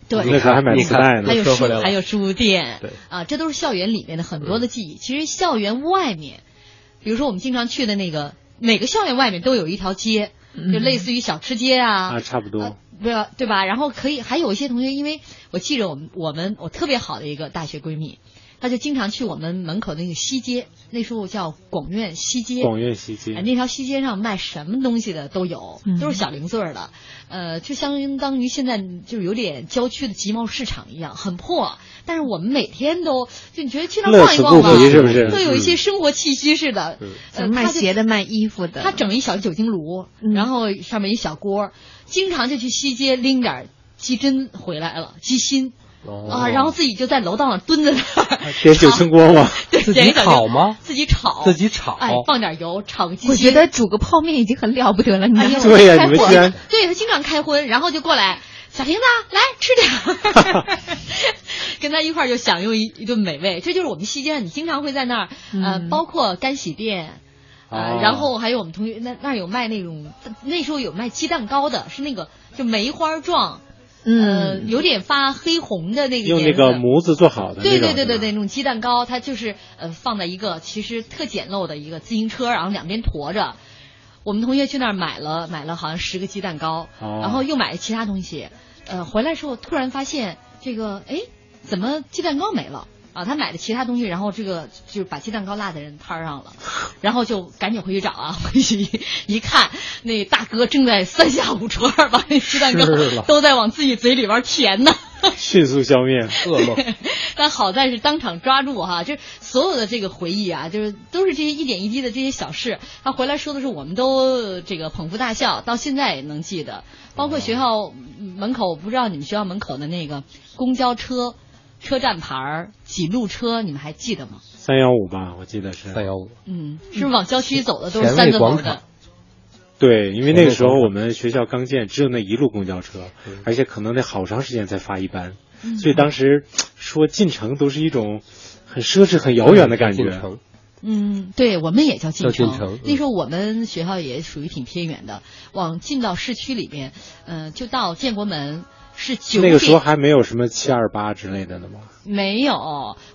对，那时候还买你磁带看呢还。有说书回来，了还有书店，对啊，这都是校园里面的很多的记忆。其实校园外面，比如说我们经常去的那个，每个校园外面都有一条街，嗯就类似于小吃街啊，差不啊多。不要对吧？然后可以还有一些同学，因为我记着我们我们我特别好的一个大学闺蜜，她就经常去我们门口那个西街，那时候叫广院西街。广院西街哎，那条西街上卖什么东西的都有，都是小零碎儿的，呃，就相当于现在就是有点郊区的集贸市场一样，很破。但是我们每天都就你觉得去那儿乐逛一此逛不吧，疲，是不是？都有一些嗯生活气息似的。呃什么卖她就鞋的、卖衣服的，嗯他整一小酒精炉，然后上面一小锅，经常就去西街拎点儿鸡胗回来了，鸡心哦啊，然后自己就在楼道上蹲在那儿，点九清锅嘛， [laughs] 对，自己点一小酒炒吗自己炒，自己炒哎，放点油，炒个鸡心。我觉得煮个泡面已经很了不得了，你哎们呦 [laughs] 对呀你们居然对他经常开荤，然后就过来，小瓶子来吃点 [laughs] 儿，跟他一块儿就嗯享用一一顿美味。这就是我们西街，你经常会在那儿，呃，包括干洗店。哦呃，然后还有我们同学那那儿有卖那种，那时候有卖鸡蛋糕的，是那个就梅花状，嗯呃，有点发黑红的那个嗯用那颜色个模子做好的那对对对种，对是吧对，那种鸡蛋糕，它就是呃放在一个其实特简陋的一个自行车，然后两边驮着。我们同学去那儿买了买了好像十个鸡蛋糕，哦然后又买了其他东西。呃，回来之后突然发现这个哎，怎么鸡蛋糕没了？啊，他买的其他东西，然后这个就是把鸡蛋糕落在人摊儿上了，然后就赶紧回去找啊， [laughs] 回去一一看，那大哥正在三下五除二把那鸡蛋糕吃了都在往自己嘴里边填呢。 [laughs] 迅速 [laughs] 消灭噩梦。但好在是当场抓住哈，就是所有的这个回忆啊，就是都是这些一点一滴的这些小事。他回来说的是我们都呃这个捧腹大笑，到现在也能记得。包括学校门口，我不知道你们学校门口的那个公交车车站牌儿几路车，你们还记得吗？ [laughs] 三幺五吧，我记得是三幺五。嗯，是不是往郊区走的都是前卫三字头广的场？对，因为那个时候我们学校刚建，只有那一路公交车，嗯而且可能得好长时间才发一班，嗯所以当时说进城都是一种很奢侈、很遥远的感觉。进城嗯，对，我们也叫进叫进城。城嗯那时候我们学校也属于挺偏远的，往进到市区里面，呃，就到建国门是九那点。个时候还没有什么七二八之类的呢嘛，没有，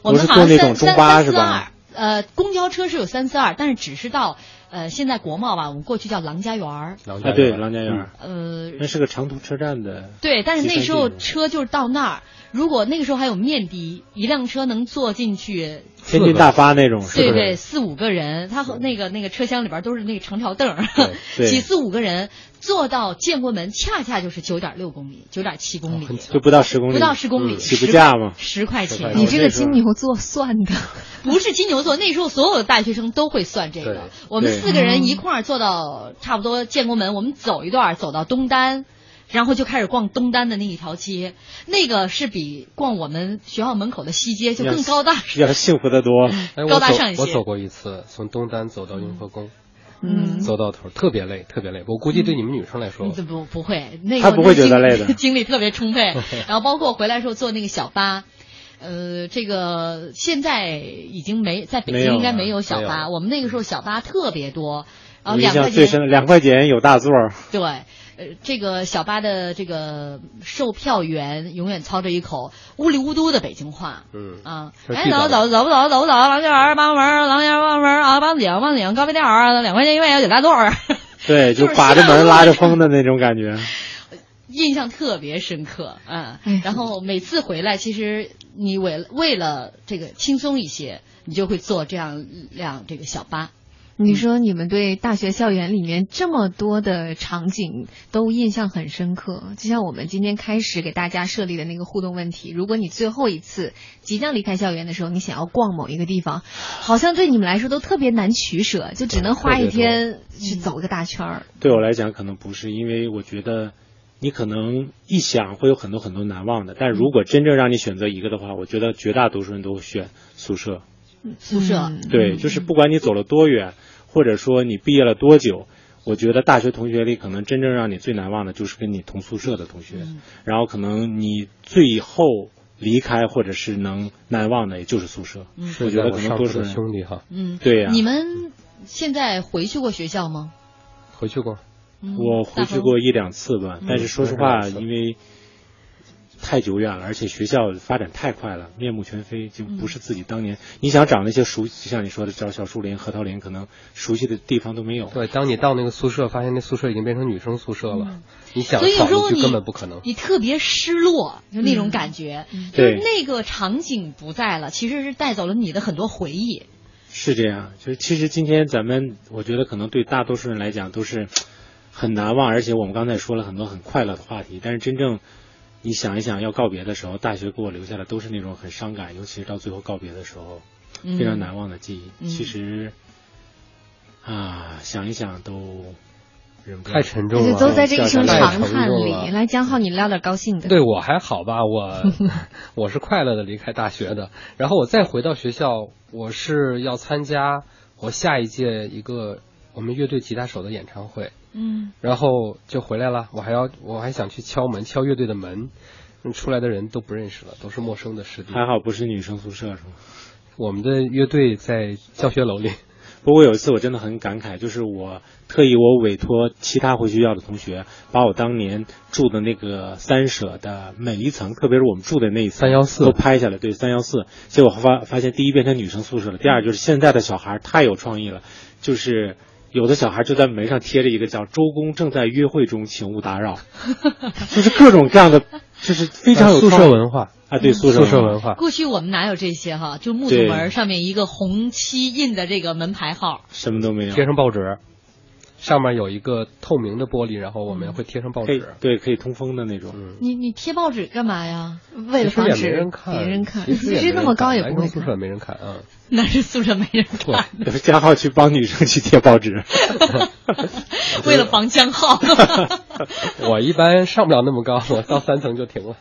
我不们是好坐像那三种中三巴三是四二吧，呃，公交车是有三四二，但是只是到呃现在国贸吧，我们过去叫郎家园儿。郎啊对，郎家园儿，呃，那是个长途车站的。对，但是那时候集散地车就是到那儿。如果那个时候还有面的，一辆车能坐进去天津大发那种，是对不对，是？四五个人，他和那个那个车厢里边都是那个长条凳儿， [laughs] 对几四五个人坐到建国门，恰恰就是九点六公里，九点七公里，哦就不到十公里，不到十公里，嗯起步10价嘛。十块钱。10块钱你这个金牛座算的，不是金牛座，那时候所有的大学生都会算这对个。我们对四个人一块儿坐到差不多建国门，我们走一段儿，走到东单。然后就开始逛东单的那一条街，那个是比逛我们学校门口的西街就更高大上。要幸福得多。哎，我高大走上一些我走过一次，从东单走到雍和宫，嗯，走到头特别累，特别累。我估计对你们女生来说嗯，这不不会，那个他不会觉得那精累 [laughs] 的精力特别充沛。然后包括回来时候坐那个小巴，呃，这个现在已经没在北没有京应该了没有小没有巴，了我们那个时候小巴特别多，然我后印两象块最钱深的，哦两块钱有大座儿，对，呃，这个小巴的这个售票员永远操着一口乌里乌嘟的北京话。嗯，啊，这哎，地道走走走不走走不走，郎家园儿八门儿，郎家园儿八门儿啊，梆子井梆子井高碑店儿啊，两块钱一位有点大座儿， [laughs] [laughs] 对，就就是把着门拉着像风的那种感觉。印象特别深刻，啊。哎然后每次回来，其实你为了为了这个轻松一些，你就会坐这样一辆这个小巴。你说你们对大学校园里面这么多的场景都印象很深刻，就像我们今天开始给大家设立的那个互动问题：如果你最后一次即将离开校园的时候，你想要逛某一个地方，好像对你们来说都特别难取舍，就只能花一天去走个大圈儿。对我来讲，可能不是，因为我觉得你可能一想会有很多很多难忘的，但如果真正让你选择一个的话，我觉得绝大多数人都会选宿舍。宿舍嗯对，就是不管你走了多远，或者说你毕业了多久，我觉得大学同学里可能真正让你最难忘的就是跟你同宿舍的同学，然后可能你最后离开或者是能难忘的也就是宿舍。我觉得可能上课多数的人兄弟哈，嗯，对呀你们现在回去过学校吗？回去过，嗯我回去过一两次吧，但是说实我也话，是两次因为太久远了，而且学校发展太快了，面目全非，就不是自己当年、你想找那些熟，就像你说的，找小树林、核桃林，可能熟悉的地方都没有。对，当你到那个宿舍，发现那宿舍已经变成女生宿舍了，你想嗯所以有时候走你就根本不可能。你特别失落，就那种感觉，就是对，那个场景不在了，其实是带走了你的很多回忆。是这样。就是其实今天咱们，我觉得可能对大多数人来讲都是很难忘，而且我们刚才说了很多很快乐的话题，但是真正。你想一想，要告别的时候，大学给我留下的都是那种很伤感，尤其是到最后告别的时候，嗯非常难忘的记忆。嗯其实啊，想一想都忍不住太沉重就了，啊都在这一声长太叹沉重里。了来，江浩，你聊点高兴的。啊对我还好吧，我我是快乐的离开大学的，然后我再回到学校，我是要参加我下一届一个我们乐队吉他手的演唱会，嗯，然后就回来了，我还要我还想去敲门，敲乐队的门，嗯出来的人都不认识了，都是陌啊生的师弟。还好不是女生宿舍是吗？我们的乐队在教学楼里，不过有一次我真的很感慨，就是我特意我委托其他回学校的同学，把我当年住的那个三舍的每一层，特别是我们住的那一层314都拍下来。对，三幺四。结果发发现，第一变成女生宿舍了，第二就是现在的小孩太有创意了，就是。有的小孩就在门上贴着一个叫“周公正在约会中，请勿打扰”， [laughs] 就是各种各样的，就是 [laughs] 非常有宿创舍意文化啊，对宿舍宿舍文化，过去我们哪有这些哈？就木头对门上面一个红漆印的这个门牌号，什么都没有贴上报纸，上面有一个透明的玻璃，然后我们会贴上报可以纸。嗯对可以通风的那种。你你贴报纸干嘛呀？ [laughs] 为了其实防也止没人看，别人看，其实也没人那么高看也男不会生宿看。舍没人看啊。男生宿舍没人看，对 [laughs] 加号去帮女生去贴报纸，为了防江 [laughs] 浩。 [laughs] 我一般上不了那么高，我到三层就停了。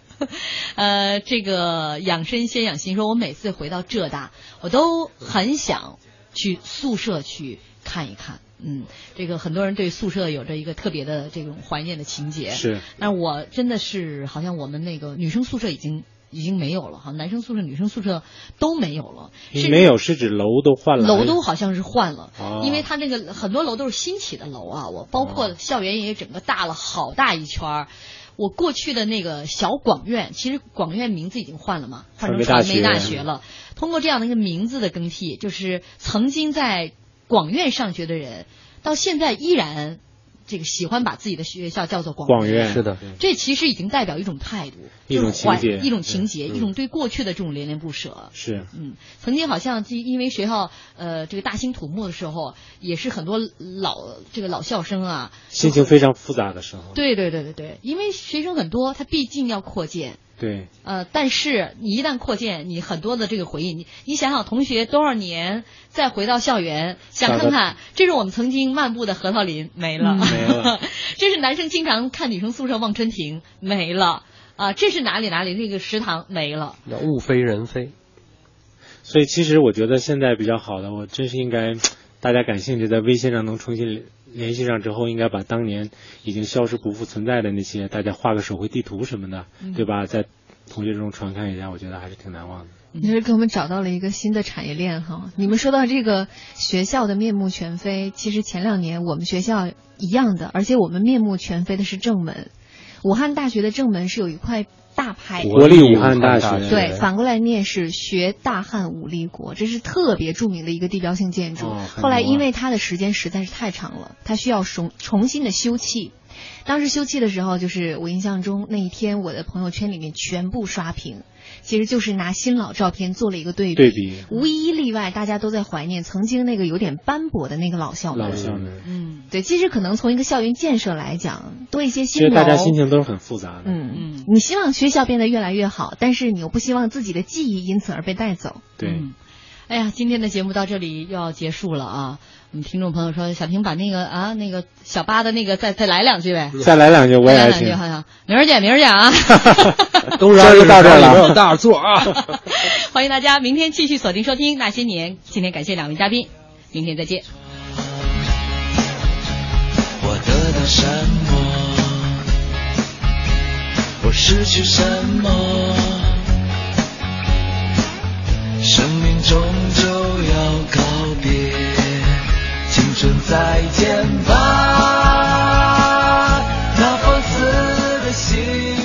呃，这个养生先养心，说我每次回到浙大，我都很想去宿舍去看一看。嗯，这个很多人对宿舍有着一个特别的这种怀念的情节。是，但是我真的是好像我们那个女生宿舍已经已经没有了哈，男生宿舍、女生宿舍都没有了，甚至没有是指楼都换了，楼都好像是换了，哦因为它那个很多楼都是新起的楼啊，我包括校园也整个大了好大一圈儿。我过去的那个小广院，其实广院名字已经换了嘛，换成传传媒媒大大学学了。通过这样的一个名字的更替，就是曾经在广院上学的人，到现在依然这个喜欢把自己的学校叫做广广院是的，这其实已经代表一种态度，一种就是怀情节一种情节，嗯一种对过去的这种恋恋不舍。是嗯，曾经好像就因为学校呃这个大兴土木的时候，也是很多老这个老校生啊，心情非常复杂的时候。对对对对对，因为学生很多，他毕竟要扩建。对，呃，但是你一旦扩建，你很多的这个回忆，你你想想，同学多少年再回到校园，想看看，这是我们曾经漫步的核桃林没了，嗯没了 [laughs] 这是男生经常看女生宿舍望春亭没了，啊、这是哪里哪里那个食堂没了，叫物非人非，所以其实我觉得现在比较好的，我真是应该，大家感兴趣在微信上能重新联联系上之后，应该把当年已经消失不复存在的那些，大家画个手绘地图什么的，嗯对吧？在同学中传看一下，我觉得还是挺难忘的。嗯你这是给我们找到了一个新的产业链哈！你们说到这个学校的面目全非，其实前两年我们学校一样的，而且我们面目全非的是正门。武汉大学的正门是有一块大牌，国立武汉国大立武汉大学，学对，反过来念是学大汉武立国，这是特别著名的一个地标性建筑。哦很牛啊后来因为它的时间实在是太长了，它需要重重新的修葺。当时修葺的时候，就是我印象中那一天，我的朋友圈里面全部刷屏，其实就是拿新老照片做了一个对比，对比无一例外，大家都在怀念曾经那个有点斑驳的那个老校门。老校门，嗯对，其实可能从一个校园建设来讲，多一些其新实楼，大家心情都是很复杂的。嗯嗯，你希望学校变得越来越好，但是你又不希望自己的记忆因此而被带走。对，嗯哎呀，今天的节目到这里又要结束了啊！我们听众朋友说，小婷把那个啊那个小八的那个再再来两句呗，再来两句我也再来爱两句听。好像明儿见，明儿见啊！ [laughs] 都是这就到这儿了没有大做啊。欢迎大家明天继续锁定收听《那些年》，今天感谢两位嘉宾，明天再见。我得到什么？我失去什么？生命终究要告别，青春再见吧，那放肆的心。